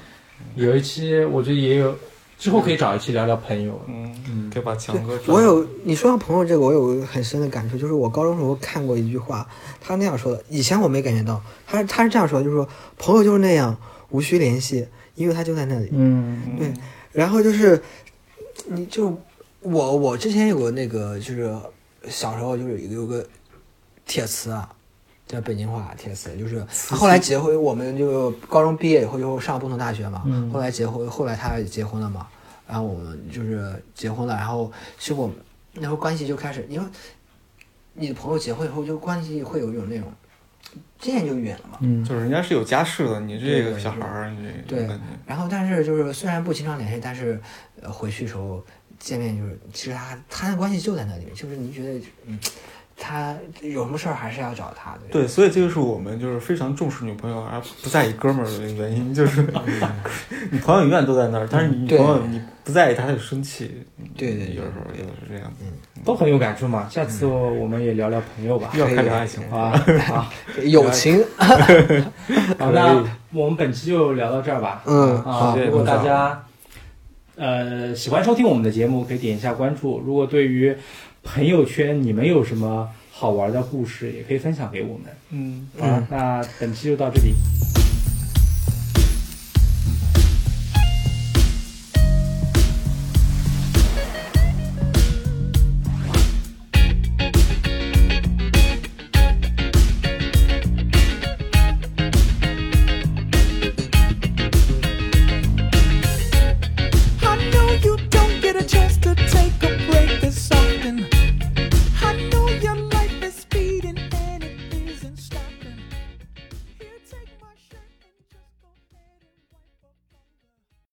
S2: 有一期我觉得也有，之后可以找一期聊聊朋友。
S1: 嗯，可以把强哥
S5: 我有你说到朋友这个，我有个很深的感触，就是我高中时候看过一句话，他那样说的，以前我没感觉到，他是他是这样说的，就是说朋友就是那样，无需联系，因为他就在那里。
S2: 嗯
S1: 嗯
S5: 对
S1: 嗯
S5: 然后就是，你就
S3: 我我之前有个那个就是小时候就是有个铁词啊，叫北京话铁词，就是后来结婚，我们就高中毕业以后就上不同大学嘛，
S2: 嗯
S3: 后来结婚，后来他也结婚了嘛，然后我们就是结婚了，然后其实我们然后关系就开始，因为你的朋友结婚以后就关系会有一种那种渐渐就远了嘛，
S2: 嗯，
S1: 就是人家是有家室的，你这个小孩儿，你这
S3: 对
S1: 种感觉，
S3: 然后，但是就是虽然不经常联系，但是呃回去的时候见面，就是其实他他的关系就在那里，就是你觉得嗯，他有什么事儿还是要找他的。
S1: 对，所以这就是我们就是非常重视女朋友而不在意哥们儿的原因，就是嗯 你朋友永远都在那儿，但是你女
S3: 对
S1: 朋友你不在意她，她就生气。嗯
S3: 对对对
S1: 有时候也是这样。
S2: 都很有感触嘛。下次
S1: 嗯
S2: 我我们也聊聊朋 友吧。
S1: 又要开始聊爱情了，
S2: 啊，好，
S3: 对，友情
S2: 好，那我们本期就聊到这儿吧。
S3: 嗯
S2: 啊，
S1: 好
S2: 如果大家呃喜欢收听我们的节目，可以点一下关注。如果对于朋友圈你们有什么好玩的故事，也可以分享给我们。
S1: 嗯，
S2: 好，那本期就到这里，